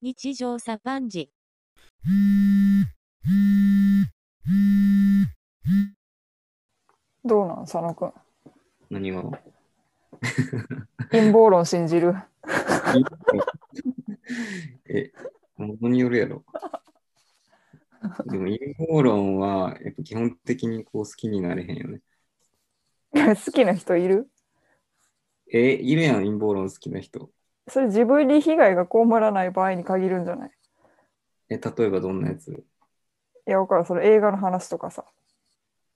日常茶飯事。どうなん佐野くん。何が陰謀論信じる。 え、ものによるやろ。でも陰謀論は、やっぱ基本的にこう好きになれへんよね。好きな人いるえ、いるやん、陰謀論好きな人。それ自分に被害が被らない場合に限るんじゃないえ、例えばどんなやついや、だからその映画の話とかさ。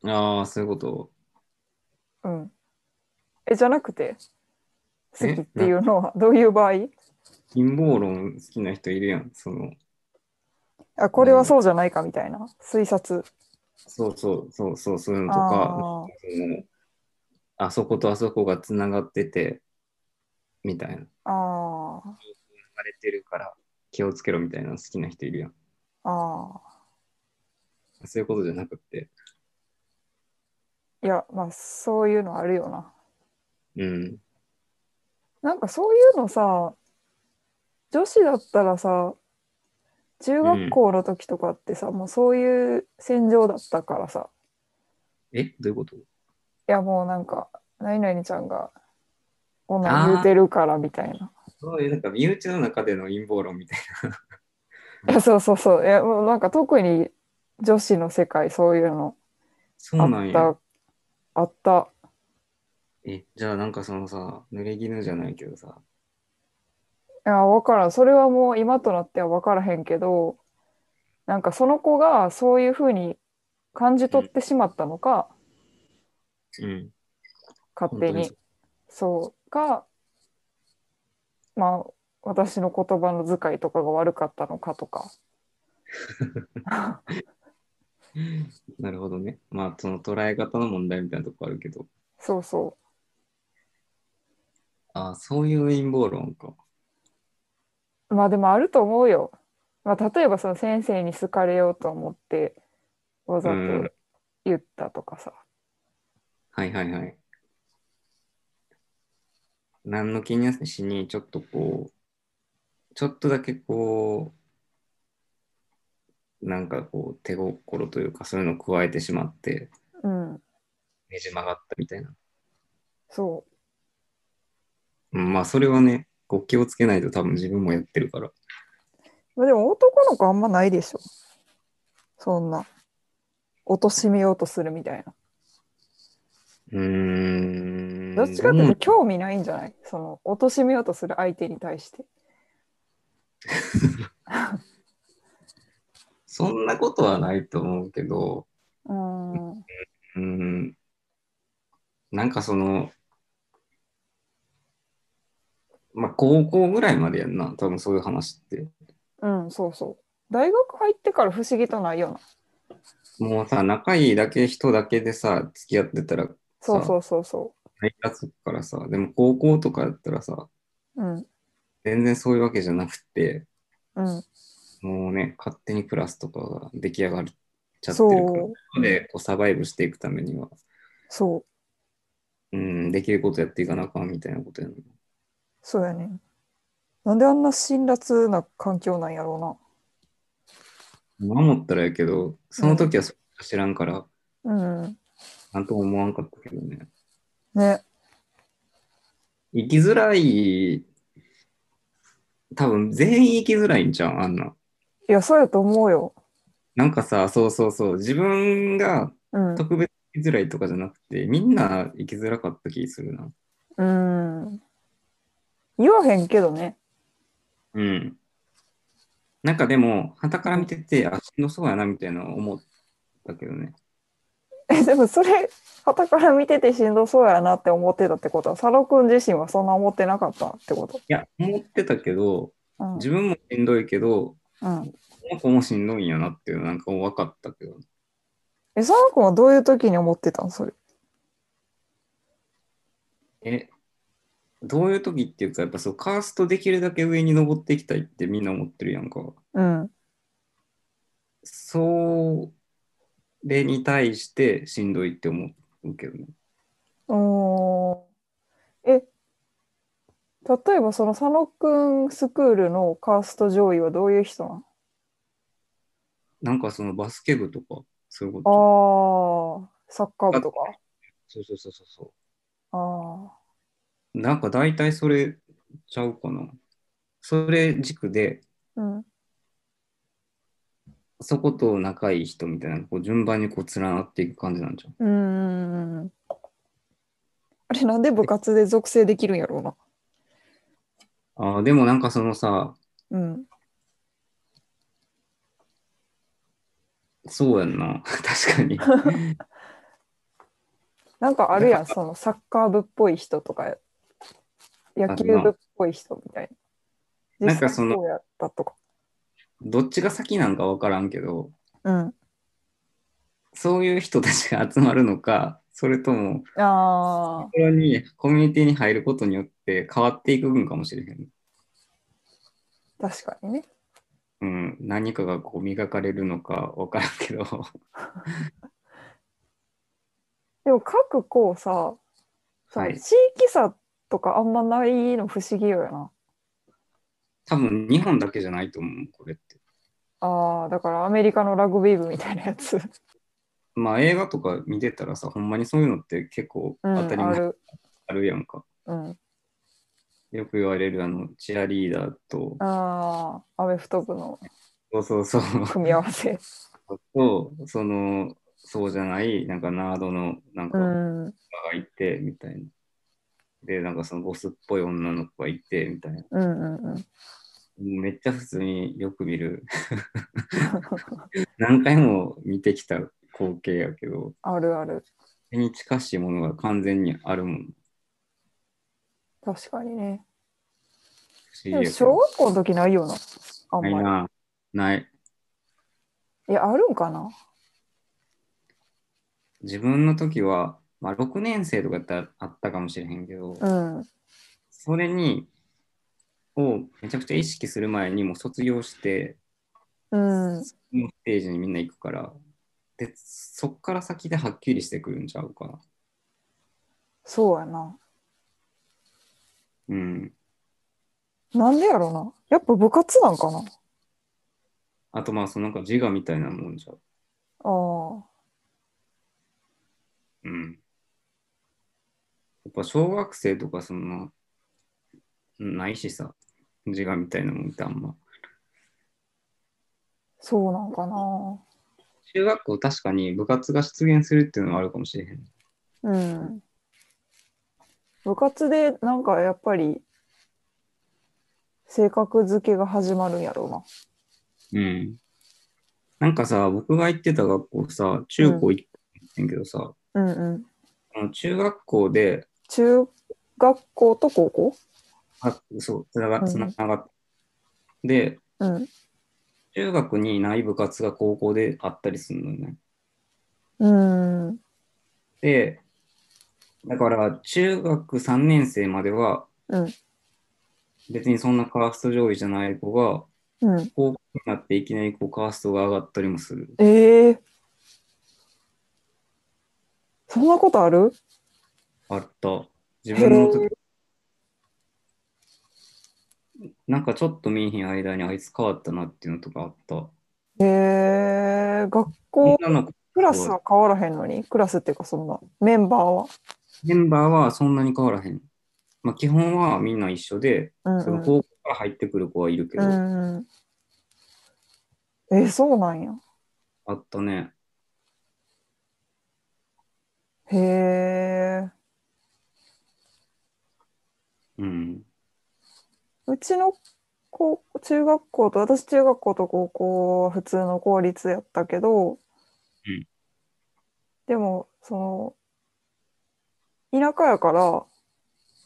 ああ、そういうこと。うん。え、じゃなくて、好きっていうのはどういう場合陰謀論好きな人いるやん。その、あ、これはそうじゃないかみたいな推察。そうそうそうそう、そういうのとか、ああそのあそことあそこがつながってて、みたいな。流あーれてるから気をつけろみたいなの好きな人いるやん。あそういうことじゃなくって。ー。いや、まあそういうのあるよな。うん。なんかそういうのさ、女子だったらさ、中学校の時とかってさ、もうそういう戦場だったからさ、え、どういうこといやもうなんか、何々ちゃんが、女言うてるからみたいな。そういうなんか身内の中での陰謀論みたい いやそうそうそう。いやもうなんか特に女子の世界そういうのな。そあうなんっや。た、あった。え、じゃあなんかそのさ、濡れ衣じゃないけどさ、いや、わからん。それはもう今となってはわからへんけど、なんかその子がそういうふうに感じ取ってしまったのか、うん。勝本手当ににそ。そうか、まあ、私の言葉の遣いとかが悪かったのかとか。うなるほどね。まあその捉え方の問題みたいなとこあるけど、そうそあそういう陰謀論か。う。まあでもあると思うよ。まあ例えばその先生に好かれようと思ってわざとうん言ったとかさ。はいはいはい。何の気にしに、ちょっとこう、ちょっとだけこう、なんかこう、手心というか、そういうのを加えてしまって、うん、ねじ曲がったみたいな。そうんまあ、それはね、こう気をつけないと多分自分もやってるから。う。まあでも男の子あんまないでしょ。そんな。貶としめようとするみたいな。うーん。どっちかっていうどと興味ないんじゃないその、貶としめようとする相手に対して。そんなことはないと思うけど、うん。うん。なんかその、まあ、高校ぐらいまでやんな、多分そういう話って。うん、そうそう。大学入ってから不思議とないよな。もうさ、仲いいだけ、人だけでさ、付き合ってたら、そうそうそうそ成り立つからさ、でも高校とかやったらさ、う。うん、全然そういうわけじゃなくて、うん。もうね、勝手にクラスとかが出来上がっちゃってるから、そう、でこうサバイブしていくためには、そう、うん、できることやっていかなあかんみたいなことやの。そうやね。なんであんな辛辣な環境なんやろうな。守ったらやけど、その時はそれしか知らんから、うん。なんとも思わんかったけどね。ね。生きづらい、多分全員生きづらいんじゃん、あんな。いや、そうやと思うよ。なんかさ、そうそうそう、自分がうん。特別生きづらいとかじゃなくて、みんな生きづらかった気するな。うん。言わへんけどね。うん。なんかでも、傍から見てて、あ、しんどそうやなみたいな思ったけどね。え、でもそれ、傍から見ててしんどそうやなって思ってたってことは、佐野くん自身はそんな思ってなかったってこといや、思ってたけど、うん。自分もしんどいけど、うん。この子もしんどいんやなっていうのなんか分かったけど。え、佐野くんはどういう時に思ってたんそれ。え、どういう時っていうか、やっぱそう、カーストできるだけ上に登っていきたいってみんな思ってるやんか。うん。それに対してしんどいって思うけどね。おーえ、例えばその佐野くんスクールのカースト上位はどういう人ななんかそのバスケ部とか、そういうこと。のああ、サッカー部とか。そうそうそうそうそああ、う。なんか大体それちゃうかな。それ軸で、うん。そこと仲いい人みたいな、こう順番にこう連なっていく感じなんじゃん。うんうんうん。あれなんで部活で属性できるんやろうな。ああ、でもなんかそのさ、うん。そうやんな。 確かに。なんかあるやん、そのサッカー部っぽい人とか、野球部っぽい人みたいな。なんかその実際うやったとか。どっちが先なんかわからんけど、うん。そういう人たちが集まるのか、それとも、ああ、これにコミュニティに入ることによって変わっていくんかもしれへん。確かにね。うん、何かがこう磨かれるのかわからんけど。でも各校さ、そのはい地域差とかあんまないの不思議よな。多分日本だけじゃないと思う、これって。ああ、だからアメリカのラグビー部みたいなや つ。まあ映画とか見てたらさ、ほんまにそういうのって結構うん、当たりあ前る。あるやんか。うん。よく言われるあの、チアリーダーと、ああ、アメフト部のそうそう そう、組み合わせ。と、その、そうじゃない、なんかナードの、なんか、うん。うんがいて、みたいな。で、なんかそのボスっぽい女の子がいて、みたいな。うんうん。 めっちゃ普通によく見る。 何回も見てきた光景やけど、あるある。それに近しいものが完全にあるもん。確かにね。不思で議やもけど小学校の時ないよな。あんないまな。ない。り。いや、あるんかな。自分の時は、まあ、6年生とかやったらあったかもしれへんけど、うん。それに、をめちゃくちゃ意識する前にもう卒業して、うん。もうステージにみんな行くから、で、そっから先ではっきりしてくるんちゃうかな。そうやな。うん。なんでやろな。やっぱ部活なんかな。ああとまあ、そのなんか自我みたいなもんじゃう。あ。うん。やっぱ小学生とかその、ないしさ、自我みたいなもんってあんま。そうなんかな。中学校確かに部活が出現するっていうのはあるかもしれへん。うん。部活でなんかやっぱり性格づけが始まるんやろうな。うん。なんかさ、僕が行ってた学校さ、中高行ってんけどさ、うんうん。あの中学校で、中学校と高校あそう、つなうがんつながって、で、うん。中学にない部活が高校であったりするのね。うん。で、だから中学3年生までは、うん。別にそんなカースト上位じゃない子が、うん。高校になっていきなりこうカーストが上がったりもする。ええそんなことあるあった。自へ分のえ時、なんかちょっと見えへん間にあいつ変わったなっていうのとかあった。へえ学校女の子クラスは変わらへんのにクラスっていうかそんなメンバーは。メンバーはそんなに変わらへん。まあ、基本はみんな一緒で、うんそうのん高校から入ってくる子はいるけど、うんうん。えそうなんや。あったね。へえ。うん。うちの高中学校と私中学校と高校は普通の公立やったけど、うんでもその田舎やから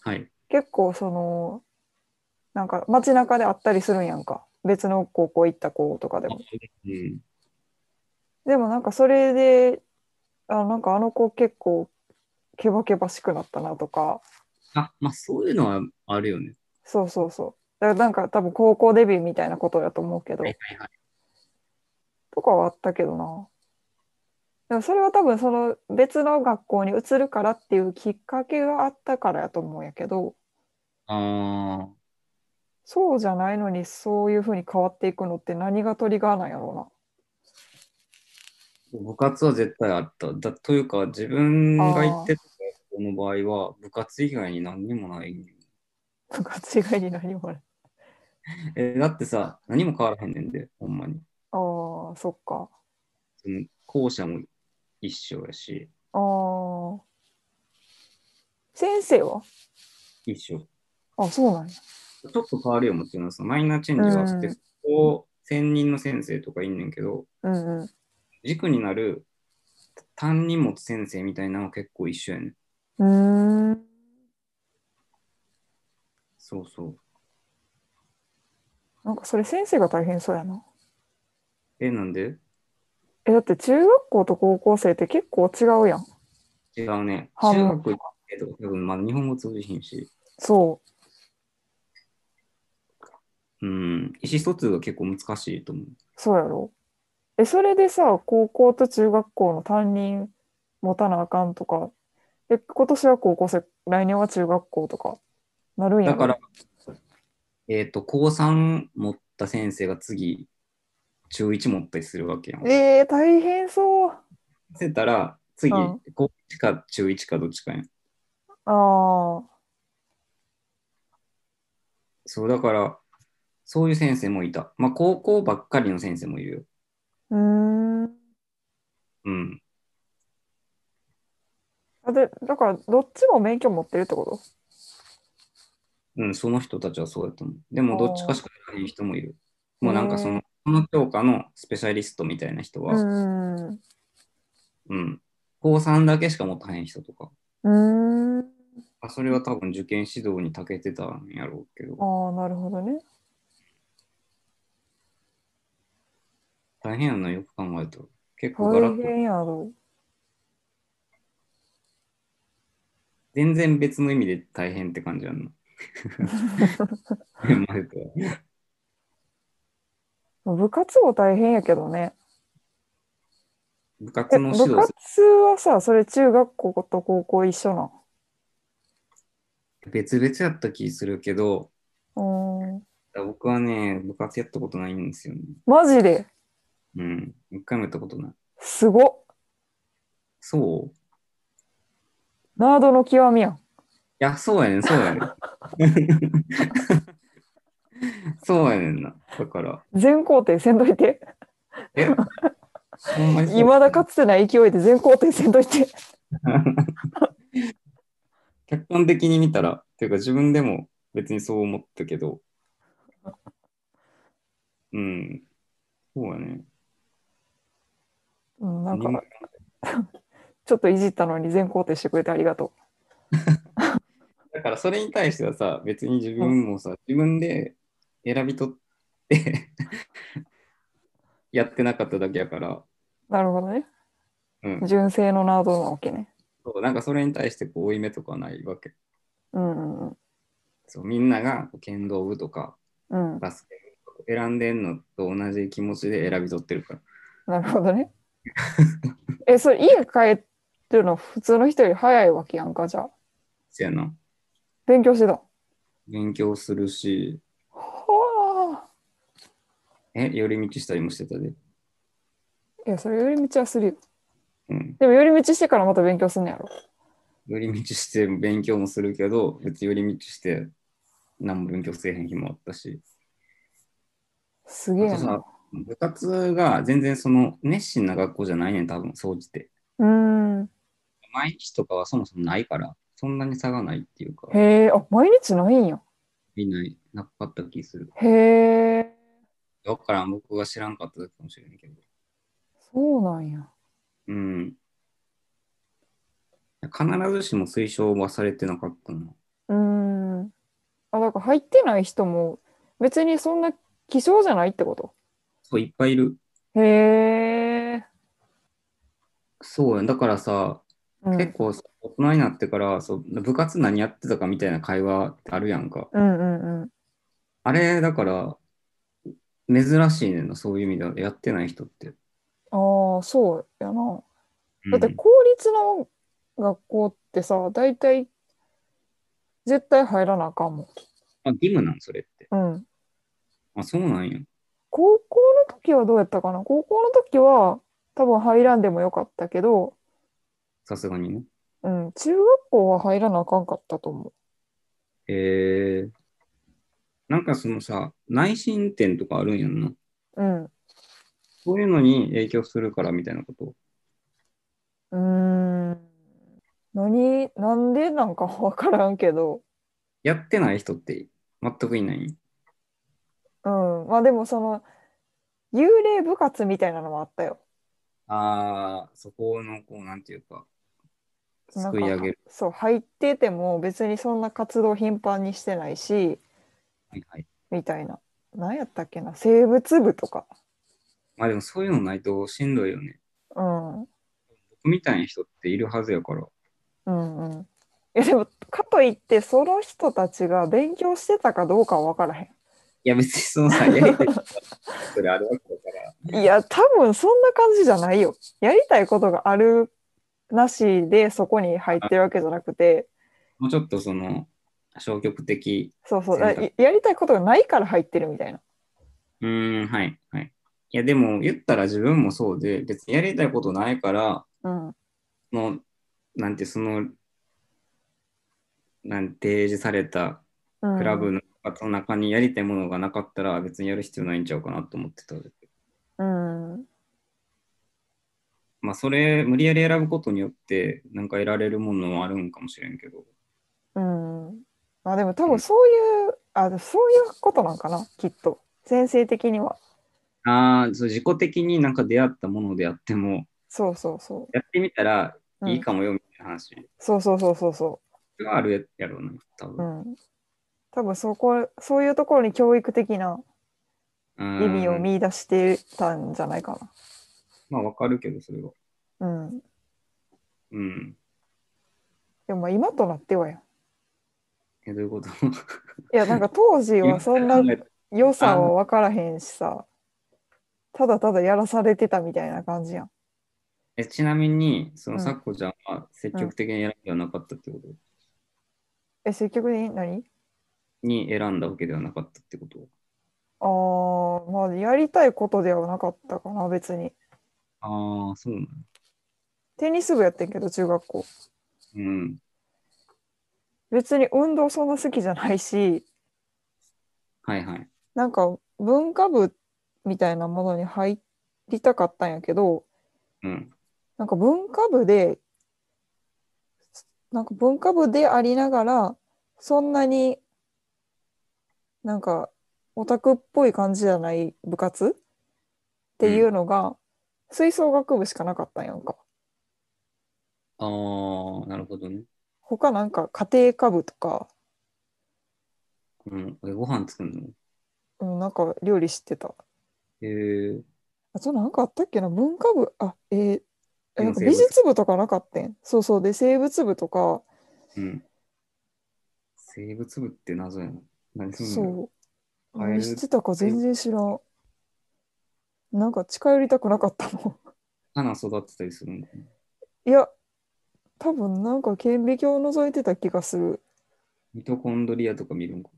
はい。結構そのなんか街中で会ったりするんやんか別の高校行った子とかでも。うん。でもなんかそれであなんかあの子結構ケバケバしくなったなとかあ、まあそういうのはあるよね。そうそうそうだからなんか多分高校デビューみたいなことだと思うけど。はいはいはい。とかはあったけどな。でもそれは多分その別の学校に移るからっていうきっかけがあったからやと思うんやけど、あそうじゃないのにそういうふうに変わっていくのって何がトリガーなんやろー部活は絶対あった。だというか、自分が行ってた学校の場合は、部活以外に何にもない。うな。部活以外に何もない。えだってさ、何も変わらへんねんで、ほんまに。ああ、そっか。その校舎も一緒やし、ああ。先生は一緒。あ、そうなんや。ちょっと変わるよ、もちろん。そのマイナーチェンジはあって、うんそこ、専任の先生とかいんねんけど、うんうん。軸になる担任持つ先生みたいなのは結構一緒やねん。うーん。そうそう。なんかそれ先生が大変そうやな。え、なんでえ、だって中学校と高校生って結構違うやん。違うね。半中分学行ってとか多分まだ日本語通じひんし、そうん、意思疎通が結構難しいと思う。う、そうやろ。え、それでさ、高校と中学校の担任持たなあかんとか、え、今年は高校生、来年は中学校とか、なるんやだろ。から、えっ、と、高3持った先生が次、中1持ったりするわけやん。えー、大変そう。せたら、次、うん高1か中1かどっちかやん。あそう、だから、そういう先生もいた。まあ、高校ばっかりの先生もいるよ。あ、うーん。うん。あで、だから、どっちも免許持ってるってことうん、その人たちはそうだと思う。でも、どっちかしかいない人もいる。おーもうなんかその、この教科のスペシャリストみたいな人うは、ん。ううん、高3だけしか持たへん人とか、ーん。あそれは多分受験指導に長けてたんやろうけど、ああ、なるほどね。大変やな、よく考えたら。結構ガラ大ッと、変やろ。全然別の意味で大変って感じ やんな。 今までとは部活も大変やけどね。部活え、の部指導す活はさ、それ中学校と高校一緒なる別々やった気するけど、の。うーん。僕はね、部活やったことないんですよね。マジで、うん。一回もやったことない。すごっ。そうナードの極みやん。いや、そうやねん、そうやねん。 そうやねんな。だから、全校程せんといて。え、ほんまにそういまだかつてない勢いで全校程せんといて。 客観的に見たら、っていうか自分でも別にそう思ったけど、うん、そうやね。うん、なん何もか、ちょっといじったのに全校程してくれてありがとだからそれに対してはさ、別に自分もさ、自分で選び取って やってなかっただけやから、う。なるほどね。うん、純正のナードなわけね。そうなんかそれに対してこう負い目とかはないわけ。うんうんそうみんなが剣道部とかうん。うん。バスケ部とか選んでんのと同じ気持ちで選び取ってるから。なるほど ね。え、それ家帰るの普通の人より早いわけやんか、じゃあ。せやな。勉強してた。勉強するし、はあ。え、寄り道したりもしてたで。いや、それ寄り道はするよ。うん。でも寄り道してからまた勉強すんのやろ。寄り道して勉強もするけど、別に寄り道して何も勉強せえへん日もあったし。すげえあとなさ。部活が全然その熱心な学校じゃないねん、多分、総じて。うーん。毎日とかはそもそもないから、そんなに差がないっていうか、へえ、あ、毎日ないんや。みんななかった気する。へえ、だからん僕が知らんかっただけかもしれないけど。そうなんや。うん。必ずしも推奨はされてなかったな。うーん。あ、だから入ってない人も別にそんな希少じゃないってこと。そう、いっぱいいる。へえ。そうやんだからさ、うん。結構さ大人になってからそう、部活何やってたかみたいな会話ってあるやんか。うんうんうん。あれ、だから、珍しいねんな、そういう意味では。やってない人って。ああ、そうやな。うんだって公立の学校ってさ、大体絶対入らなあかんもん。あ、義務なん、それって。うん。あ、そうなんや。高校の時はどうやったかな高校の時は多分入らんでもよかったけど、さすがにね。うん、中学校は入らなあかんかったと思えー、なんかそのさ、内申点とかあるんやんな。う。うん。うそういうのに影響するからみたいなこと。ーん。何、なんでなんかわからんけど、やってない人って全くいない。うん。まあでもその、幽霊部活みたいなのもあったよ。ああ、そこの、こう、なんていうか、なんかすくい上げる。そう、入ってても別にそんな活動頻繁にしてないし、はいはい。みたいな。何やったっけな生物部とか。まあでもそういうのないとしんどいよね。うん。うん僕みたいな人っているはずやから。うん。いやでも、かといって、その人たちが勉強してたかどうかは分からへん。いや別にそのさ、やりたいことそれあるわけだから。いや、多分そんな感じじゃないよ。やりたいことがあるなしでそこに入ってるわけじゃなくて、もうちょっとその、消極的。そうそう、選だ択ややりたいことがないから入ってるみたいな。うーん、はい、はい。いやでも言ったら自分もそうで、別にやりたいことないから、うん。その、なんてその、なんて提示されたうん、クラブの中にやりたいものがなかったら別にやる必要ないんちゃうかなと思ってた。うん。まあそれ無理やり選ぶことによってなんか得られるものもあるんかもしれんけど。うん。まあでも多分そういう、あ、そういうことなんかな、きっと。先生的には。ああ、そう自己的になんか出会ったものであってもそうそうそやってみたらう。いいうん、かもよみたいな話そうそうそうそうそがあるやろうな、多う。う分。ん。多分そこ、そういうところに教育的なうん意味を見出してたんじゃないかまあわかるけどそれは。な。うん。うん。でもまあ今となってはや。えどういうこといやなんか当時はそんな今考えた良さは分からへんしさただただやらされてたみたいな感じやんえちなみに、そうのんさっこちゃんは積極的に選んではなかったってこと、え積極的に何に選んだわけではなかったってことあーまあやりたいことではなかったかな別にああ、そうなの。テニス部やってんけど中学校うん。別に運動そんな好きじゃないしはいはい。なんか文化部みたいなものに入りたかったんやけどうん。なんか文化部で、なんか文化部でありながら、そんなになんかオタクっぽい感じじゃない部活っていうのが、吹奏楽部しかなかったんやんか。ああ、なるほどね。他なんか家庭科部とか、うん。えご飯作るのうん、なんか料理してた。へえ。あとなんかあったっけな文化部、あ、えーえなんか生美物術部とかなかったんそうそう。で、生物部とか、うん。生物部って謎やな。何するのそう。カエ何ルしてたか全然知らん。なんか近寄りたくなかったも花育ってたりするのかなん 。いや、多分なんか顕微鏡を覗いてた気がする。ミトコンドリアとか見るんか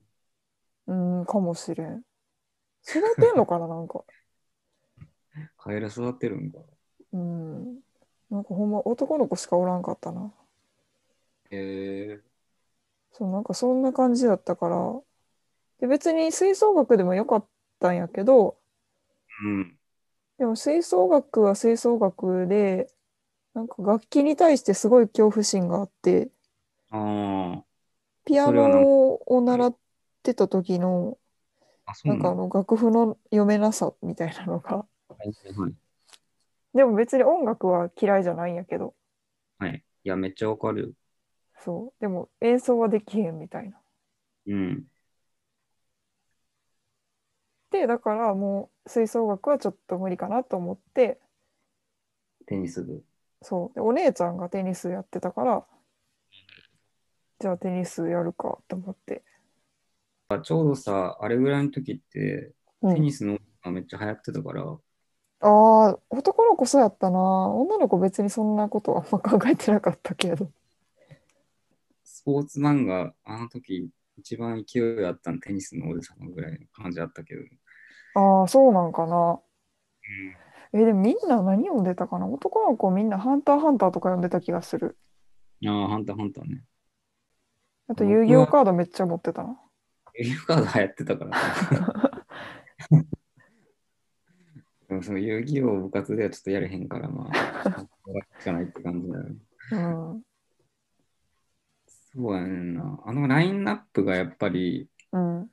うん、かもしれん。育てんのかな、なんか。なカエル育てるんかうん。なんかほんま男の子しかおらんかったな。へえ。そう、なんかそんな感じだったから。で、別に吹奏楽でもよかったんやけど、うん。でも吹奏楽は吹奏楽で、なんか楽器に対してすごい恐怖心があって、あピアそれはなんノを習ってた時の、あ。あ、そうななんのかあの楽譜の読めなさみたいなのが。 はいはい。でも別に音楽は嫌いじゃないんやけど、はい。いや、めっちゃわかるよ。そう。でも演奏はできへんみたいな。うん。で、だからもう吹奏楽はちょっと無理かなと思って、テニス部。そう。で、お姉ちゃんがテニスやってたから、じゃあテニスやるかと思って。あちょうどさ、あれぐらいの時って、うんテニスのがめっちゃ流行ってたから、ああ、男の子そうやったな。女の子別にそんなことはあんま考えてなかったけど。スポーツ漫画、あの時一番勢いあったのテニスの王子様ぐらいの感じあったけど。ああ、そうなんかな。え、でもみんな何読んでたかな男の子みんなハンターハンターとか読んでた気がする。うん、ああ、ハンターハンターね。あと遊戯王カードめっちゃ持ってたな。エリカード流行ってた からね。でもその遊戯王を部活ではちょっとやれへんから、まあ、 もらうしかないって感じだよね。うん。そうやねんな。あのラインナップがやっぱり、うん。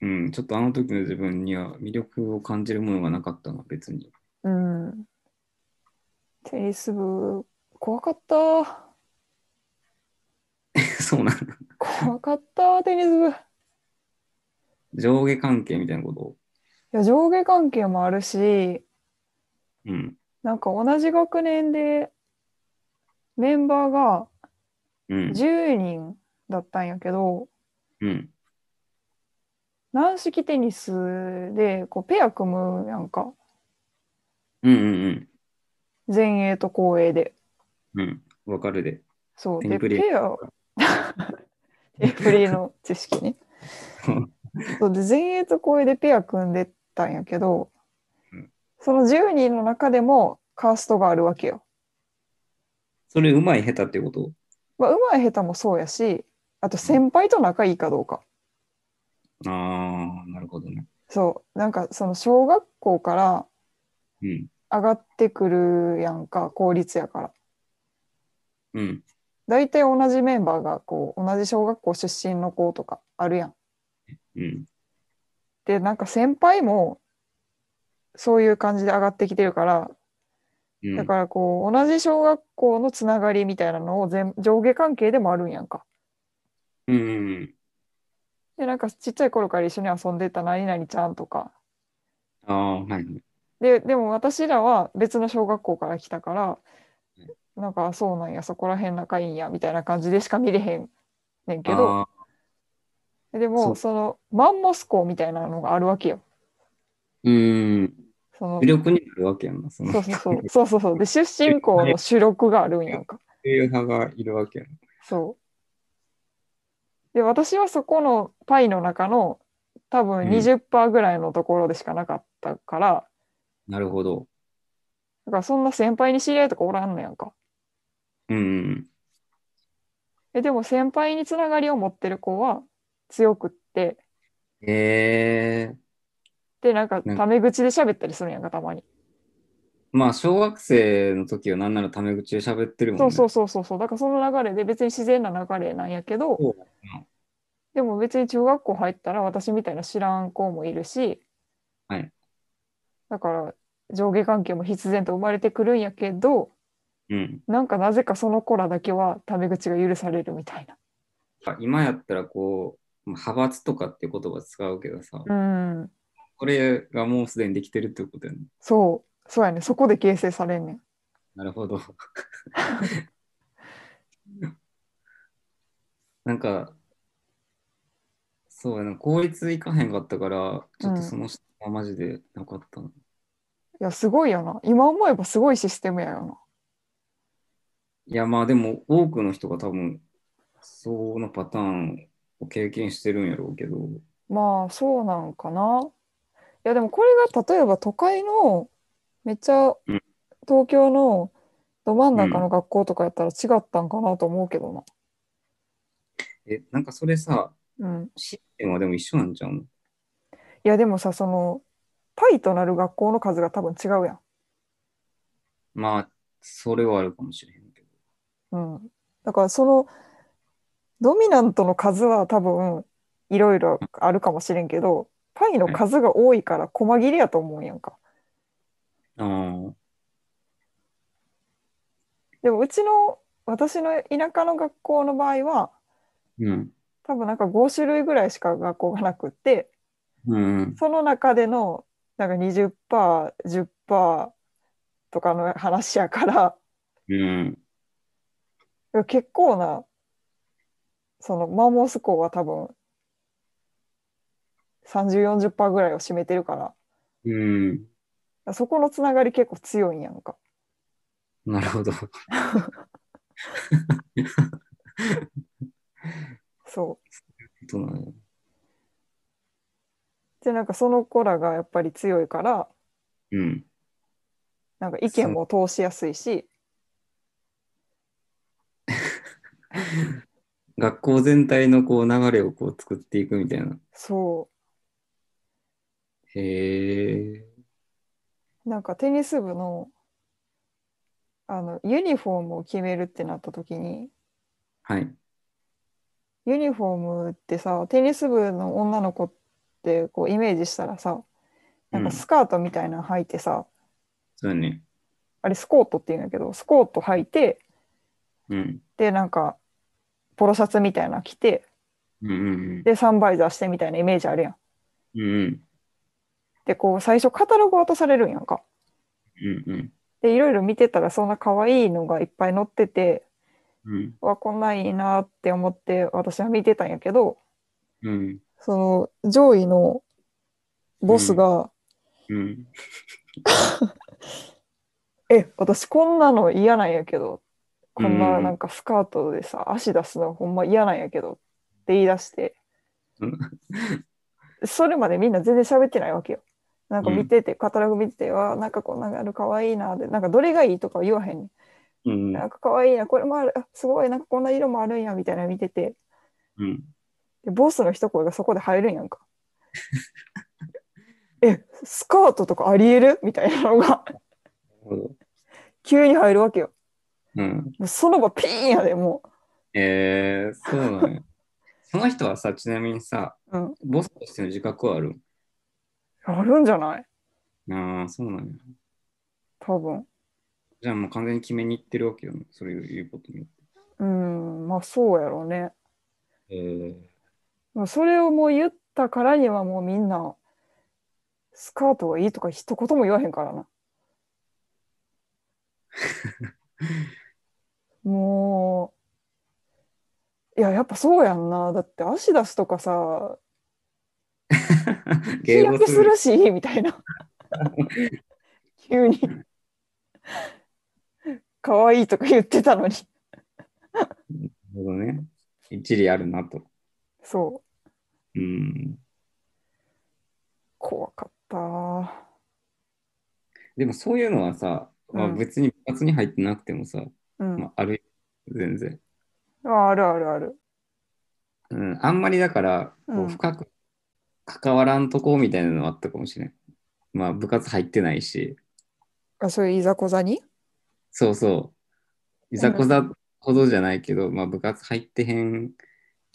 うん、ちょっとあの時の自分には魅力を感じるものがなかったな、別に。 うん。テニス部、怖かった。そうなんだ。怖かった、テニス部。い上下関係みたいなことや、上下関係もあるし、うん。なんか同じ学年でメンバーがうん。 10人だったんやけど、うん。軟式テニスでこうペア組むやんか。うんうん前衛と後衛で。うん。うん。わかるで。 そう。テニで、プリペ ア、テニプリの知識ねうん。そうで、前衛と後衛でペア組んでたんやけどうん、その10人の中でもカーストがあるわけよ。それ、うまい下手ってことまあ、上手い下手もそうやし、あと先輩と仲いいかどうか。ああ、なるほどね。そう。なんかその小学校からうん。上がってくるやんか、公立やから。うん。大体同じメンバーがこう同じ小学校出身の子とかあるやん。うん。でなんか先輩もそういう感じで上がってきてるから、うん、だからこう同じ小学校のつながりみたいなのを全上下関係でもあるんやんか。うんうん。でなんかちっちゃい頃から一緒に遊んでた何々ちゃんとかああ、はいはい。ででも私らは別の小学校から来たからなんかあそうなんやそこら辺仲いいんやみたいな感じでしか見れへんねんけどあーでそもうそのマンモス校みたいなのがあるわけよ。うん。その魅力になるわけやんな。そのそうそうそうそうそうそうで出身校の主力があるんやんか。いう派がいるわけやん。そう。で、私はそこのパイの中の多分うん20%ぐらいのところでしかなかったから、なるほど。だからそんな先輩に知り合いとかおらんのやんか。うんうん。え、でも先輩につながりを持ってる子は強くって、ええで、なんかうんタメ口で喋ったりするんやんか、たまに。まあ、小学生の時はなんならタメ口で喋ってるもんそうね。そうそうそうそう。だからその流れで別に自然な流れなんやけど、そうでも別に中学校入ったら私みたいな知らん子もいるし、はいだから上下関係も必然と生まれてくるんやけど、うん。なんかなぜかその子らだけはタメ口が許されるみたいな。あ今やったらこう、まあ派閥とかって言葉使うけどさ、うん、これがもうすでにできてるってことやね。そう、そうやね。そこで形成されんねん。なるほど。 なんか、そうやな、公立行かへんかったから、ちょっとその人はマジでなかったな。いや、すごいよな。今思えばすごいシステムやよいや、まあでも多くの人が多分、そのパターンを経験してるんやろうけど、な。まあ、そうなんかな。いや、でもこれが例えば都会の、めっちゃうん東京のど真ん中の学校とかやったら違ったんかなと思うけどな。え、なんかそれさ、うん、システムはでも一緒なんちゃうのいやでもさそのパイとなる学校の数が多分違うやまあ、それはあるかもしれへんけど。ん、うん、だからそのドミナントの数は多分いろいろあるかもしれんけどパイの数が多いから細切れやと思うんやんかああ、でもうちの私の田舎の学校の場合はうん。多分なんか5種類ぐらいしか学校がなくってうん。その中でのなんか 20%10% とかの話やからうん。いや結構なそのマンモス校は多分3040%ぐらいを占めてるからうん。そこのつながり結構強いんやんかなるほど。そう。そうなんやで、なんかその子らがやっぱり強いから、うん。なんか意見も通しやすいし、学校全体のこう流れをこう作っていくみたいな。そへえ。う。なんかテニス部の、あの、ユニフォームを決めるってなった時に、はい。ユニフォームってさ、テニス部の女の子ってこうイメージしたらさ、なんうかんスカートみたいなの履いてさ、そうだね。あれスコートって言うんだけど、スコート履いて、うん。で、なんか、ポロシャツみたいなの着て、うんうんで、サンバイザーしてみたいなイメージあるやん。うん。うんうん。で、こう、最初カタログ渡されるんやんか。うんうん。で、いろいろ見てたら、そんな可愛いのがいっぱい載ってて、うんわ、こんなんいいなって思って、私は見てたんやけど、うん。その、上位のボスが、うん。え、私こんなの嫌なんやけど、こんうんうなんなんかスカートでさ、足出すのほんま嫌なんやけどって言い出してうん、それまでみんな全然喋ってないわけよ。なんか見てて、カタログ見てて、わあ、なんかこんなのあるかわいいなで、なんかどれがいいとかは言わへんねん。うんなんかかわいいな、これもある、あすごい、なんかこんな色もあるんやみたいなの見てて、うん。でボスの一声がそこで入るんやんか。 え、スカートとかありえるみたいなのが 急に入るわけよ。うん。もうその場ピーンやで、もえー、そうなんや。その人はさ、ちなみにさ、う。うん。ボスとしての自覚はあるあるんじゃないああ、そうなんや。多分。じゃあもう完全に決めに行ってるわけよね。それを言うことによって。うん、まあそうやろうね。えー、まあそれをもう言ったからにはもうみんな、スカートがいいとか一言も言わへんからな。もう、いや、やっぱそうやんな。だって足出すとかさ、 飛ゲーム躍するし、みたい な。急に。可愛いとか言ってたのに。なるほどね。一理あるなと。そう。うん。怖かった。でもそういうのはさ、まあ、うん別に部活に入ってなくてもさ、うん。まあ、ある全然、ああるあるある。うん。あんまりだから、こうんう深く関わらんとこみたいなのはあったかもしれん。まあ部活入ってないし、あ、そういういざこざにそうそう。いざこざほどじゃないけど、まあ部活入ってへん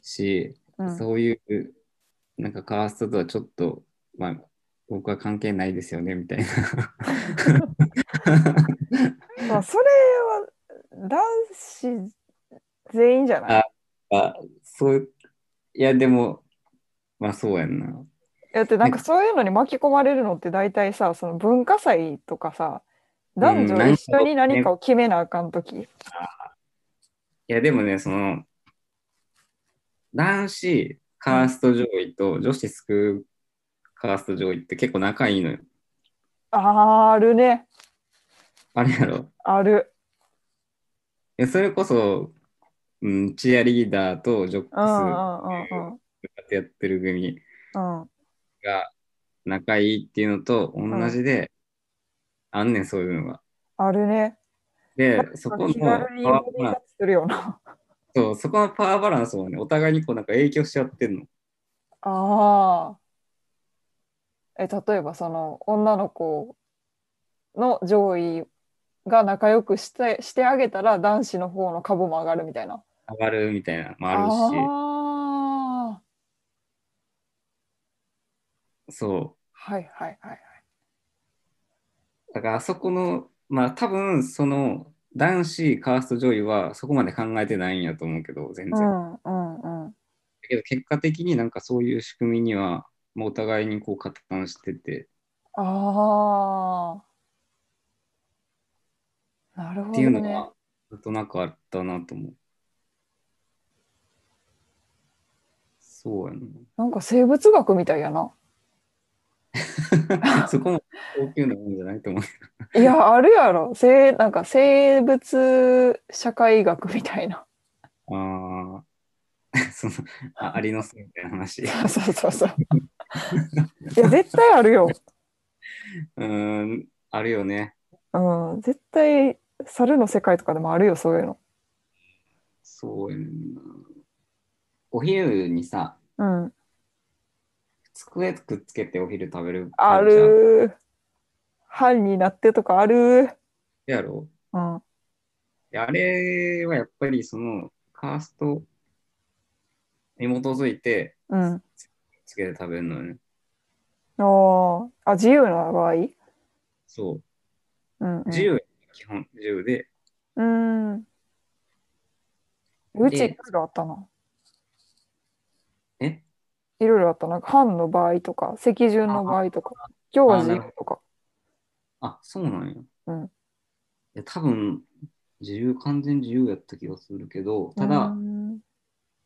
し、うん。そういう、なんかカーストとはちょっと、まあ、僕は関係ないですよね、みたいな。まあ、それは男子全員じゃないああ、そういう、いや、でも、まあそうやんな。だってなんかそういうのに巻き込まれるのって大体さ、その文化祭とかさ、男うん女何一緒に何かを決めなあかんとき。いや、でもね、その、男子カースト上位と女子スクカースト上位って結構仲いいのよ。あるね。あれやろ。ある。いやそれこそ、うん、チアリーダーとジョックうんうんうんうん。スやってる組うん。が仲いいっていうのと同じで、あんねん、そういうのが。あるね。でなん、かそこの気軽にパワボーディバラタンッチするよな。スそうそこのパワーバランスもね、お互いにこうなんか影響しちゃってんの。ああ。え、例えばその女の子の上位が仲良くして、してあげたら男子の方の株も上がるみたいな。上がるみたいなのもあるああ。し、そはいはいはいはい。う。だからあそこの、まあ多分その男子カースト上位はそこまで考えてないんやと思うけど、全う然。だんうんうん。けど結果的になんかそういう仕組みには、もうお互いにこう加担してて、ああ。なるほっどていうのねは。、なんとなくあったなと思う。そうやなんか生物学みたいやな。 な。そこも高級なもんじゃないと思う。いや、あるやろ。生、なんか生物社会学みたいな。 ああ、 そのあアリの巣みたい な話。そうそうそう。いや、絶対あるよ。うーん、あるよね。うん、絶対、猿の世界とかでもあるよ、そういうの。そうやねんな。お昼にさ、うん。机くっつけてお昼食べる。あ。る班になってとかあるやろうん。あであれはやっぱりそのカーストに基づいてうん。つけて食べるのよね。おーあ、自由な場合そう。うん、うん。自由、基本自由で。うん。うちいろでいろあったな。えいろいろあった。なんか、班の場合とか、席順の場合とか、今日は自由とか。あ、そうなんや。うんいや、多分、自由、完全自由やった気がするけど、たうだ、ん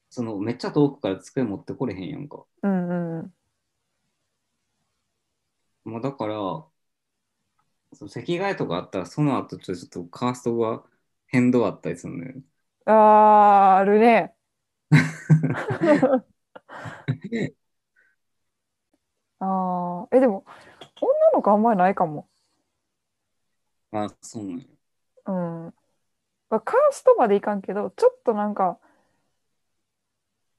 その、めっちゃ遠くから机持ってこれへんやんか。うんうん。まあ、だから、その席替えとかあったら、その後ちょっとちょっとカーストが変動あったりするのよ。ああ、あるね。 ああ、え、でも、女の子あんまりないかも。まあ、そうなんや。うん。まあ、カーストまでいかんけど、ちょっとなんか、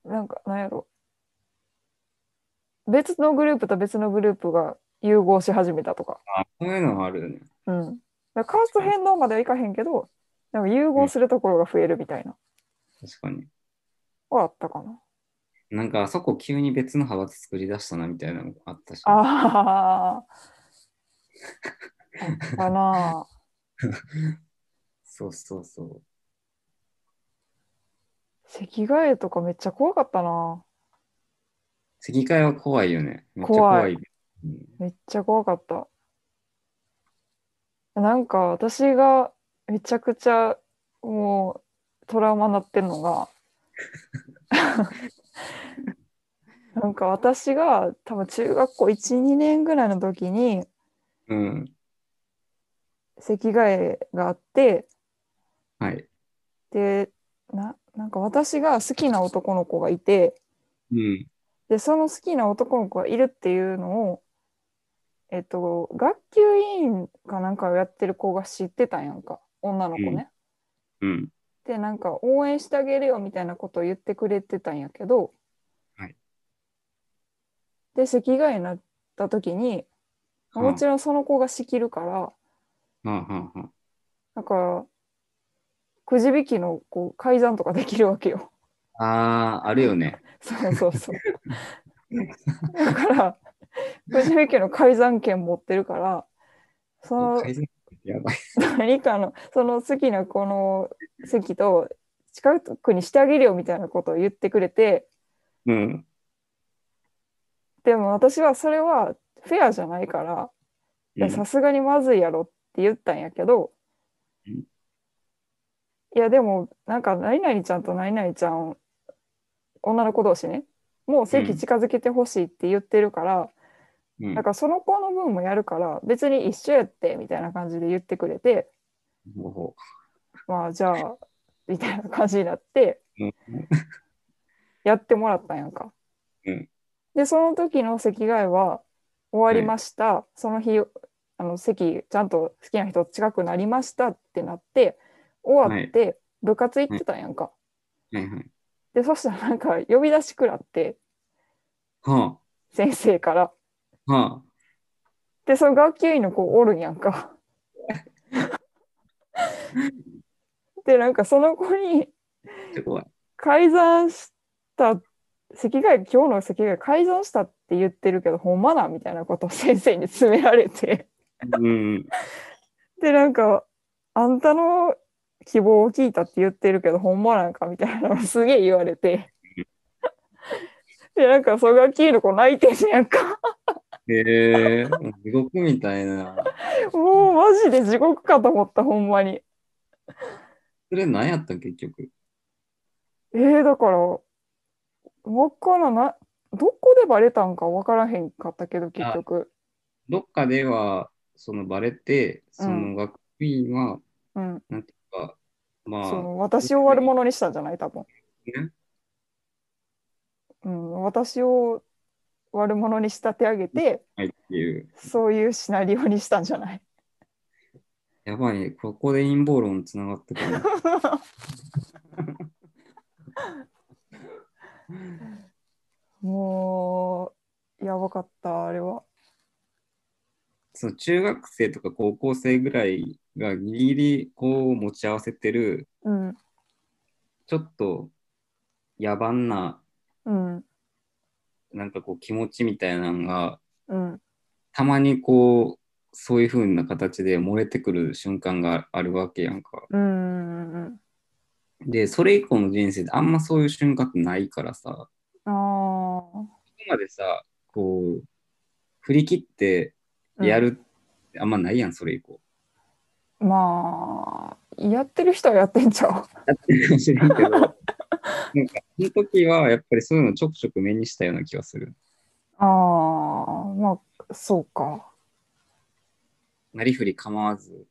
なんか、なんやろ。別のグループと別のグループが融合し始めたとか。あ、そういうのはあるよね。うん。だからカースト変動まではいかへんけど、なんか融合するところが増えるみたいな。確かに。はあったかな。なんか、あそこ急に別の派閥作り出したな、みたいなのもあったし。ああ。かなあ。そうそうそう。席替えとかめっちゃ怖かったな。席替えは怖いよね。めっちゃ怖怖いい。うんめっちゃ怖かった。なんか私がめちゃくちゃもうトラウマになってんのが なんか私が多分中学校12年ぐらいの時にうん。席替えがあってはい。でななんか私が好きな男の子がいてうん。でその好きな男の子がいるっていうのをえっと学級委員かなんかをやってる子が知ってたんやんか女の子ね。うん。でなんか応援してあげるよみたいなことを言ってくれてたんやけど、はいで席替えになった時にはあもちろんその子が仕切るからはあはあはあだからくじ引きのこう改ざんとかできるわけよ。あー、あるよね。そうそうそう。だから、藤井家の改ざん権持ってるから、その改善やばい。何かの、その好きなこの席と近くにしてあげるよみたいなことを言ってくれて、うん。でも私はそれはフェアじゃないから、いやさすがにまずいやろって言ったんやけど、うんいやでもなんか何々ちゃんと何々ちゃん女の子同士ねもうう席ん近づけてほしいって言ってるから、うんだからその子の分もやるから別に一緒やってみたいな感じで言ってくれてほうほまあじゃあみたいな感じになってうんやってもらったんやんか。うんでその時の席替えは終わりました、その日あの席ちゃんと好きな人近くなりましたってなって終わって部活行ってたんやんか。うはいはい。でそしたらなんか呼び出し食らっては先生から。あ、はでその学級委員の子おるんやんか。でなんかその子にあ、めっちゃ怖い。改ざんした席替え今日の席替え改ざんしたって言ってるけどほんまなみたいなことを先生に詰められてうん。でなんかあんたの希望を聞いたって言ってるけどほんまなんかみたいなのをすげえ言われてでなんかそがきの子泣いてんねやんかへえもう地獄みたいな。もうマジで地獄かと思ったほんまにそれ何やったん結局。えー、だからわからなどこでバレたんかわからへんかったけど結局どっかでは、そのバレて、その学級委員は、うんなんていうか、まそあ、の私を悪者にしたんじゃない多分ねうん、私を悪者に仕立て上げて、ないっていう。そういうシナリオにしたんじゃないやばいね、ここで陰謀論つながってくる。もう、やばかった、あれは。その中学生とか高校生ぐらいがギリギリこう持ち合わせてる、うん、ちょっと野蛮な、うん、なんかこう気持ちみたいなのが、うん、たまにこう、そういう風な形で漏れてくる瞬間があるわけやんか。うん、うんで、それ以降の人生であんまそういう瞬間ってないからさ、こうん。あこまでさ、こう、振り切ってあ。やるってあんまないやん、それ以降。うん。まあ、やってる人はやってんちゃう。やってるかもしれんけど、なんか、その時はやっぱりそういうのちょくちょく目にしたような気がする。ああ、まあ、そうか。なりふり構わず。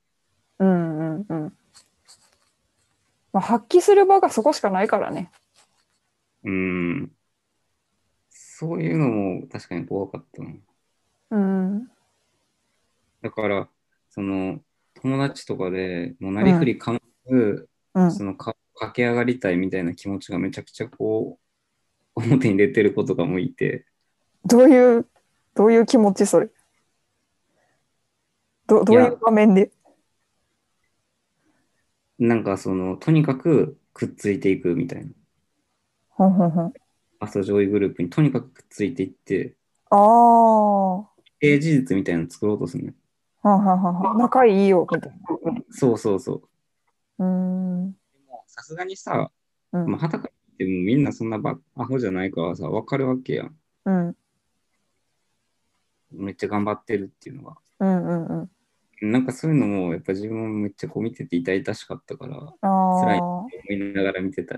うん、うん、うん。まあ、発揮する場がそこしかないからね。うん。そういうのも確かに怖かったな。うん、だから、その、友達とかでもうなりふり構わず、うん、そのか、駆け上がりたいみたいな気持ちがめちゃくちゃこう、 表に出てることが向いて、どういう、どういう気持ちそれ。どどういいやう場面で。なんかその、とにかくくっついていくみたいな。ほんほんほん。ファースト上位グループにとにかくくっついていって、ああ、はえ事実みたいなの作ろうとするね。んはんはんはん。仲いいよ、みたいそうそうそう。な。うーん。さすがにさ、うんまあ、はたから見てもみんなそんなバアホじゃないからさ、わかるわけやん。うん。めっちゃ頑張ってるっていうのが。うんうんうん。なんかそういうのも、やっぱ自分もめっちゃこう見てて痛々しかったから、思辛いあいながら見てた。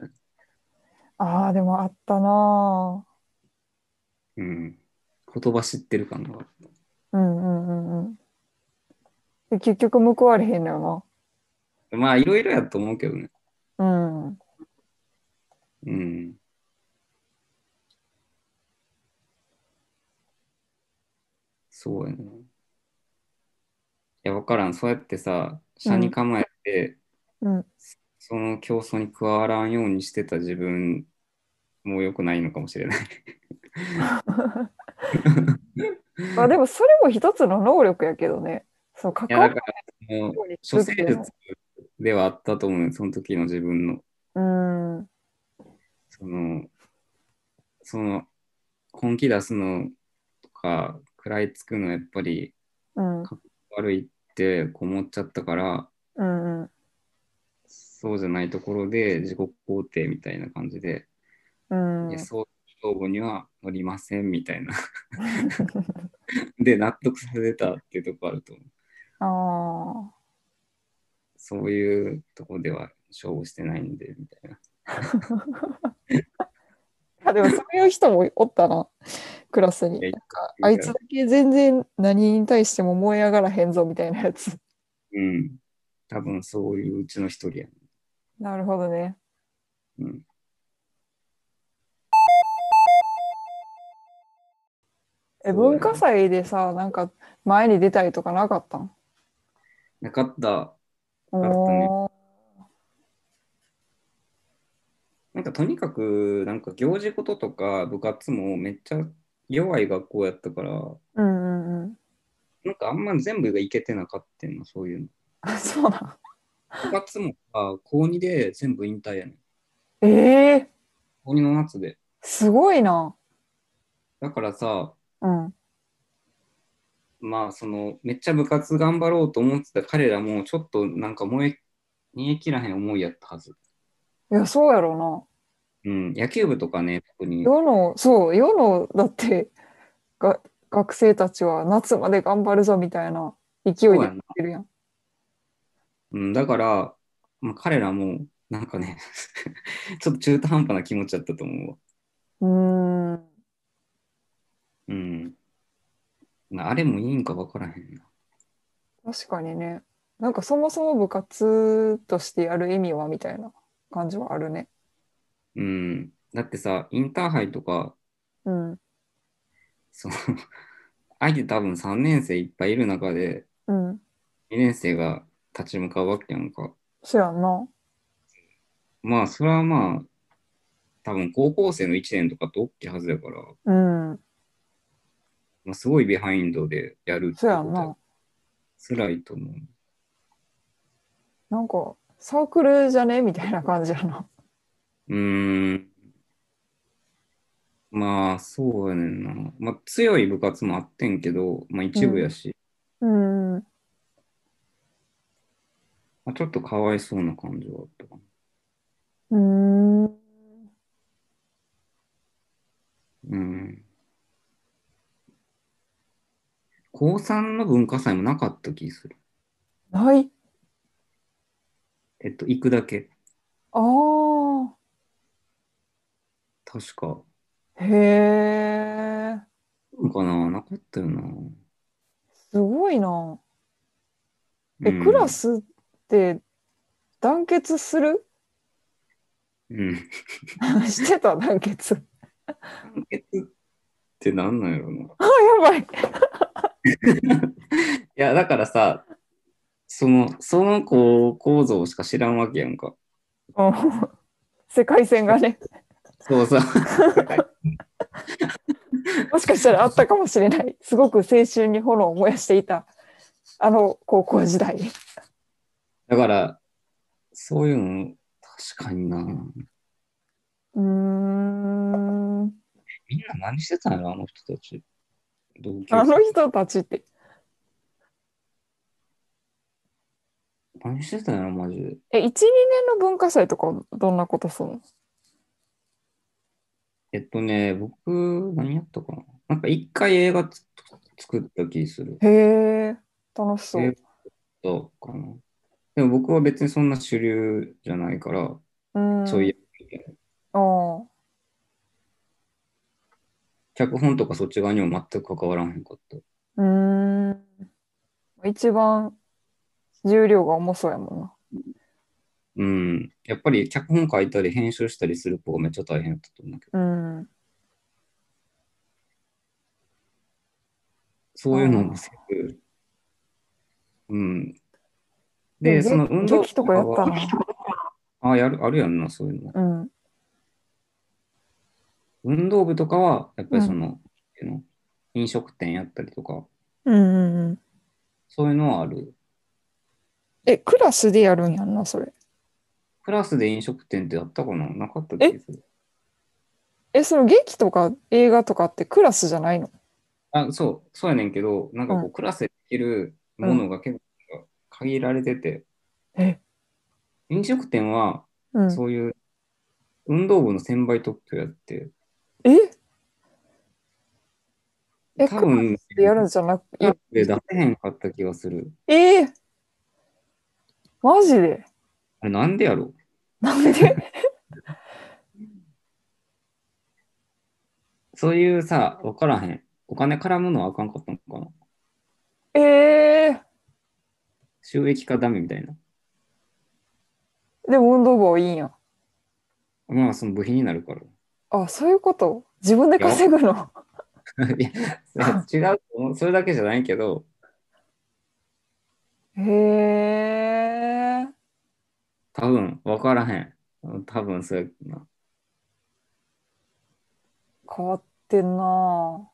あ。ああ、でもあったなうん。言葉知ってる感があった。あ。うんうんうんうん。で結局報われへんのよまあ、いろいろやと思うけどね。な。うん。うん。そうやな。いや、わからん。そうやってさ、車に構えて、うん。その競争に加わらんようにしてた自分も良くないのかもしれない。 まあでもそれも一つの能力やけどね。そう、い関やわだるから、もう、ようにするっ諸て生いうの術ではあったと思うよその時の自分の。うん。その、その、本気出すのとか、食らいつくのやっぱりうん。悪いってこう思っちゃったから、うんうん。そうじゃないところで自己肯定みたいな感じで、うんいや、そういう勝負には乗りませんみた いな。で、納得させたっていうところあると思う。あそういうとこでは勝負してないんで、みたいな。あ。でもそういう人もおったな、 クラスに。いやなんかあいつだけ全然何に対しても燃え上がらへんぞみたいなやつ。 うん。多分そういううちの一人や、ね。なるほどね。うん。え、そうだね文化祭でさ、なんか前に出たりとかなかったんなかった。おったねおなんかとにかく、なんか行事事とか部活もめっちゃ弱い学校やったから、ー。うんうんうん。なんかあんま全部がいけてなかったんの、そういうの。あ、そうなん。部活もあ高2で全部引退やねん。ええ高2の夏で。すごいな。だからさ、うん。まあそのめっちゃ部活頑張ろうと思ってた彼らもちょっとなんか燃え、煮え切らへん思いやったはず。いや、そうやろな。うん、野球部とかね、特に。世の、そう、世の、だって、が、学生たちは夏まで頑張るぞみたいな勢いでやってるやん。うん、だから、まあ、彼らも、なんかね、 ちょっと中途半端な気持ちだったと思うわ。うーん。うん。なあれもいいんか分からへんな。確かにね。なんかそもそも部活としてやる意味はみたいな感じはあるね。うん。だってさ、インターハイとかうん。その、 相手多分3年生いっぱいいる中で、うん。 2年生が立ち向かうわけやんか。そやんな。まあ、それはまあ、多分高校生の1年とかって大きいはずだから、うん。まあ、すごいビハインドでやるってそこやとんはな。辛いと思う。なんか、サークルじゃねみたいな感じやな。うーん。まあ、そうやねんな。まあ、強い部活もあってんけど、まあ、一部やし、うん。まあ、ちょっとかわいそうな感じはあったかうな。ん。うん。高3の文化祭もなかった気する。ない。えっと、行くだけ。ああ。確か。へえ。そうかななかったよな。すごいな。え、うんクラスって団結する うん。してた団結。団結ってなんなんやろな。いあ、やばい。や、だからさ、その、その子構造しか知らんわけやんか。うん世界線がね、そう さ。もしかしたらあったかもしれない。すごく青春に炎を燃やしていた、あの高校時代。だから、そういうの、確かにな。うーみんん。な何してたんやろ、あの人たち。同級生あの人たちって、何してたんやろ、マジで。え、1、2年の文化祭とかどんなことするのえっとね、僕、何やったかな。なんか一回映画つ作った気する。へえ、楽しそ映う。画だったかな。でも僕は別にそんな主流じゃないから、うん。そういうあー脚本とかそっち側にも全く関わらへんかった。うーん。一番重量が重そうやもんな。うん。やっぱり脚本書いたり編集したりする方がめっちゃ大変だったと思うけど、うん。そういうのもせず。うん。で、劇その運動劇とかやっはたな。あ、やる、あるやんな、そういうの。うん。運動部とかは、やっぱりその、なんていうの飲食店やったりとか、うんうんうん。そういうのはある。え、クラスでやるんやんな、それ。クラスで飲食店ってやったかななかった気がする。え、その劇とか映画とかってクラスじゃないのあ、そう、そうやねんけど、なんかこうう、クラスでできるものが結構限られてて、え、飲食店は、うん。そういう運動部の専売特許やって、ええ、多クラ分、スでやるんじゃなくクラスで出せへんかった気がする。ええマジであれ、なんでやろうなんで そういうさ、わからへん。お金絡むのはあかんかったのかなええ収益化ダメみたいな。でも運動部はいいんや。まあ、その部品になるから。 あ、そういうこと自分で稼ぐの。いや、違うと思う。それだけじゃないけど、へえ多分分からへんうん。多分そうやな。変わってんな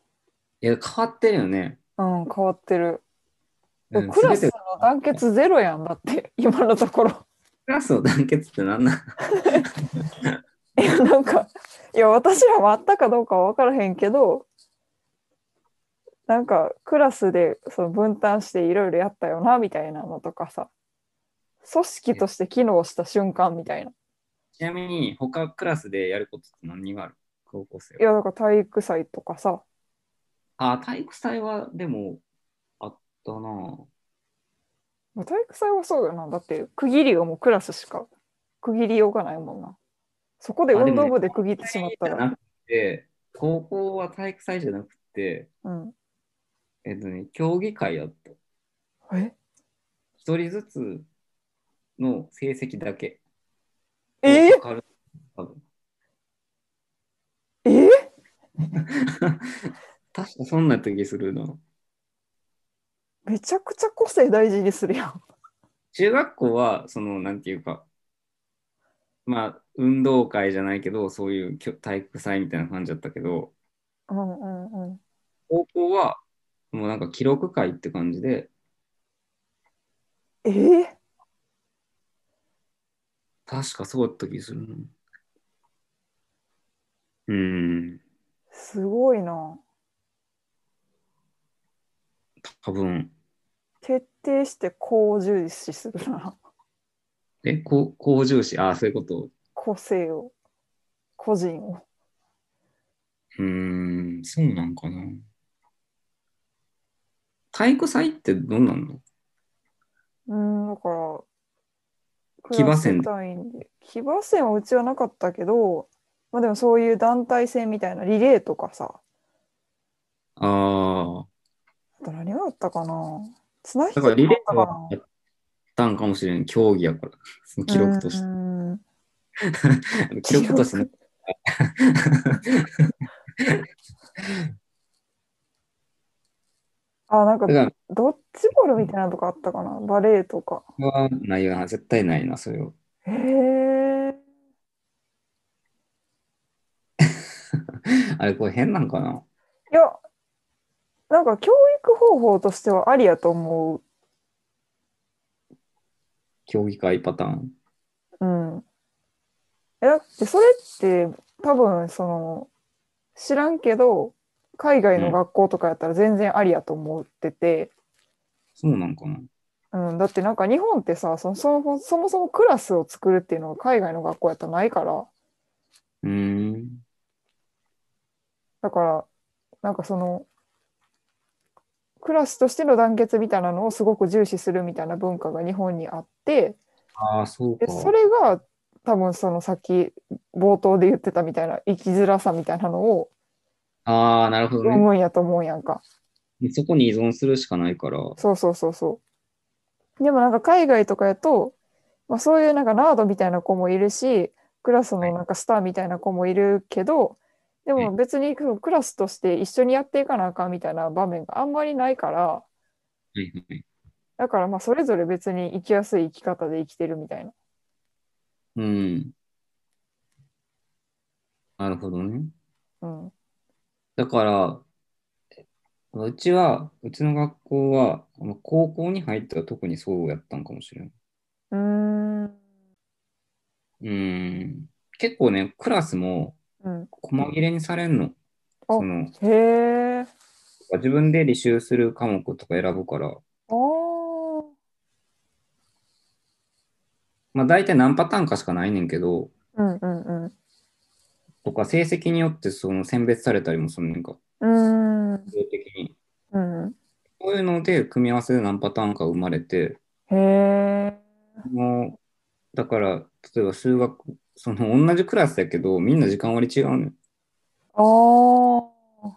いや、変わってるよね。うん、変わってる。でうんもクラス全のて団結ゼロやんだって、 今のところ。クラスの団結って何なんいや、なんか、いや、私らもあったかどうかは分からへんけど、なんか、クラスでその分担していろいろやったよな、みたいなのとかさ、組織として機能した瞬間みたいな。ちなみに、他クラスでやることって何がある高校生いは。や、だから体育祭とかさ、あ、体育祭はでもあったなぁ。まあ体育祭はそうよな。だって、区切りがもうクラスしか区切りようがないもんな。そこで運動部で区切ってしまったじゃら、なくて、高校は体育祭じゃなくて、うん。えっとね、競技会やった。え一人ずつの成績だけ。えわかる多分え 確かそんな時するな。めちゃくちゃ個性大事にするやん。中学校は、その、なんていうか、まあ、運動会じゃないけど、そういうきょ体育祭みたいな感じだったけど、うんうんうん。高校は、もうなんか記録会って感じで、えー、確かそうだった気するな。うん、すごいな。多分。徹底してこう重視するな。え、こう向上心、ああ、そういうこと。個性を、個人を。うーん、そうなんかな。体育祭ってどんなんのうん、だから、騎馬戦クラス単位で。騎馬戦はうちはなかったけど、まあでもそういう団体戦みたいなリレーとかさ、ああと何があったかな綱引きあ、だからリレーとかあはったかなやったんかもしれん、競技やから、その記録として。うん記録としてね。あ、なんかだから、ドッジボールみたいなのとかあったかなバレーとか。これはないよな、絶対ないな、それを。へえ。あれ、これ変なんかないや、なんか教育方法としてはありやと思う。競技会パターン。うん。え、だってそれって多分その知らんけど海外の学校とかやったら全然ありやと思ってて、そうなんかな。うん、だってなんか日本ってさそのそもそもそもクラスを作るっていうのが海外の学校やったらないからうーん。だからなんかそのクラスとしての団結みたいなのをすごく重視するみたいな文化が日本にあって、ああ、そうでか。それが多分そのさっき冒頭で言ってたみたいな生きづらさみたいなのをああ、なるほど生ね。むんやと思うんやんか、そこに依存するしかないから。そうそうそうそうでもなんか海外とかやと、まあ、そういうなんかナードみたいな子もいるしクラスのなんかスターみたいな子もいるけどではも別にそのクラスとして一緒にやっていかなあかんみたいな場面があんまりないからはいはい。だからまあそれぞれ別に生きやすい生き方で生きてるみたいなうん。なるほどね。うんだから、うちは、うちの学校は、まあ高校に入ったら特にそうやったんかもしれん。うーんうん。結構ね、クラスもうん細切れにされんの。おそのへえ自分で履修する科目とか選ぶから、あーまあ大体何パターンかしかないねんけど、うんうんうん。とか成績によってその選別されたりもするねんか、うーん。自動的に。うん。そういうので、組み合わせで何パターンか生まれて、へえ。もう、だから、例えば数学、その同じクラスだけど、みんな時間割違うねん。ああ。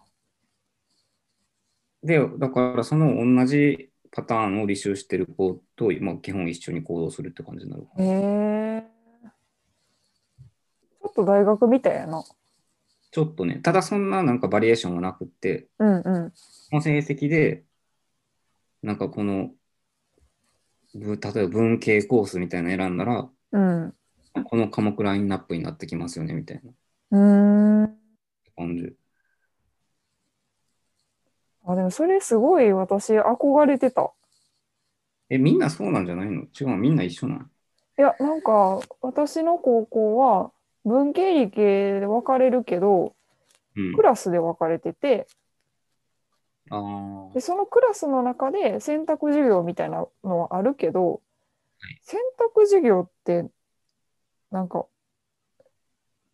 で、だからその同じパターンを履修してる子と、まあ、基本一緒に行動するって感じになる。へえ。ちょっと大学みたいやな。ちょっとね、ただそんななんかバリエーションはなくって、うんうん。この成績で、なんかこの、ぶ例えば文系コースみたいなの選んだら、うん。うこの科目ラインナップになってきますよね、みたいなーん。感じ。あ、でもそれすごい私憧れてた。え、みんなそうなんじゃないの違うの、みんな一緒なのいや、なんか私の高校は文系理系で分かれるけど、うんク。ラスで分かれてて、ああ。で、そのクラスの中で選択授業みたいなのはあるけど、い選択授業って、なんか、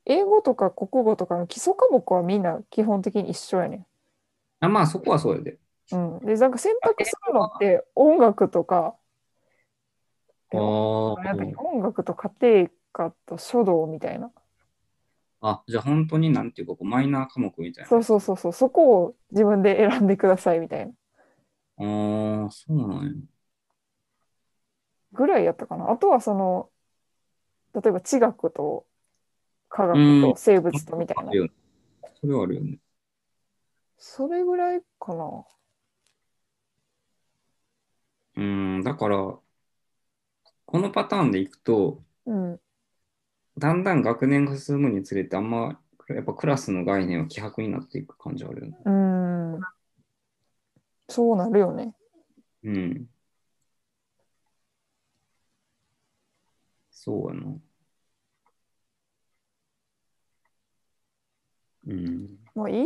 英語とか国語とかの基礎科目はみんな基本的に一緒やねあまあ、そこはそうやで。ん。うん。で、なんか選択するのって音楽とか、あなんだっけー音楽と家庭科と書道みたいな。あ。じゃあ本当になんていうか、こうマイナー科目みたいな。そうそうそうそう、そこを自分で選んでくださいみたいなああ、そうなんや。ぐらいやったかな。あとはその、例えば地学と科うん学と生物とみたいなある。よねそれはあるよね。それぐらいかな。うん、だから、このパターンでいくと、うん。だんだん学年が進むにつれて、あんま、やっぱクラスの概念は希薄になっていく感じあるよね。うん。そうなるよね。うん。そうやな。うん。まあいい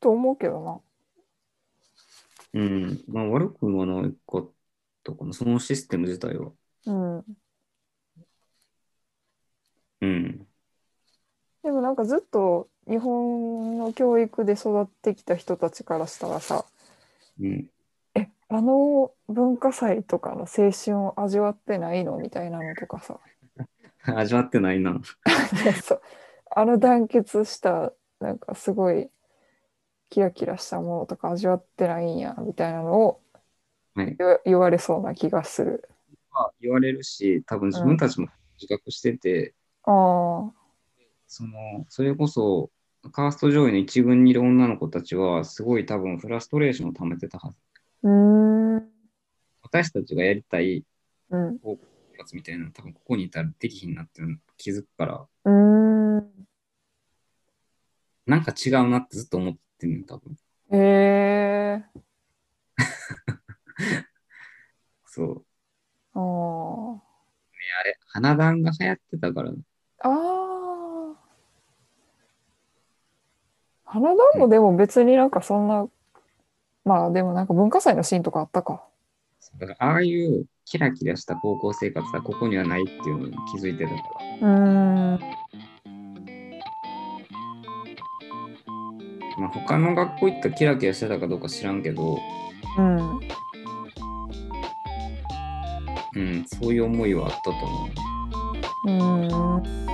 と思うけどな。うん。まあ悪くはないかったかな。そのシステム自体は。うん。うん。でもなんかずっと日本の教育で育ってきた人たちからしたらさ、うん。 え、あの文化祭とかの青春を味わってないのみたいなのとかさ、 味わってないな。でそうあの団結したなんかすごいキラキラしたものとか味わってないんやみたいなのをはい。言わ言われそうな気がする。まあ言われるし、多分自分たちも自覚してて、あその、それこそ、カースト上位の一軍にいる女の子たちは、すごい多分フラストレーションを溜めてたはず。あ、うーん、私たちがやりたいうん、やつみたいなの多分ここにいたらできひんなっていうの気づくから、うーん。なんか違うなってずっと思ってんねん、多分。へえ、そう。ああ、あれ、花壇が流行ってたから、ああ。花壇もでも別になんかそんな、まあでもなんか文化祭のシーンとかあったか。だからああいうキラキラした高校生活はここにはないっていうのに気づいてたから。うーん、まあ他の学校行ったらキラキラしてたかどうか知らんけど、うん。うん、そういう思いはあったと思う。うーん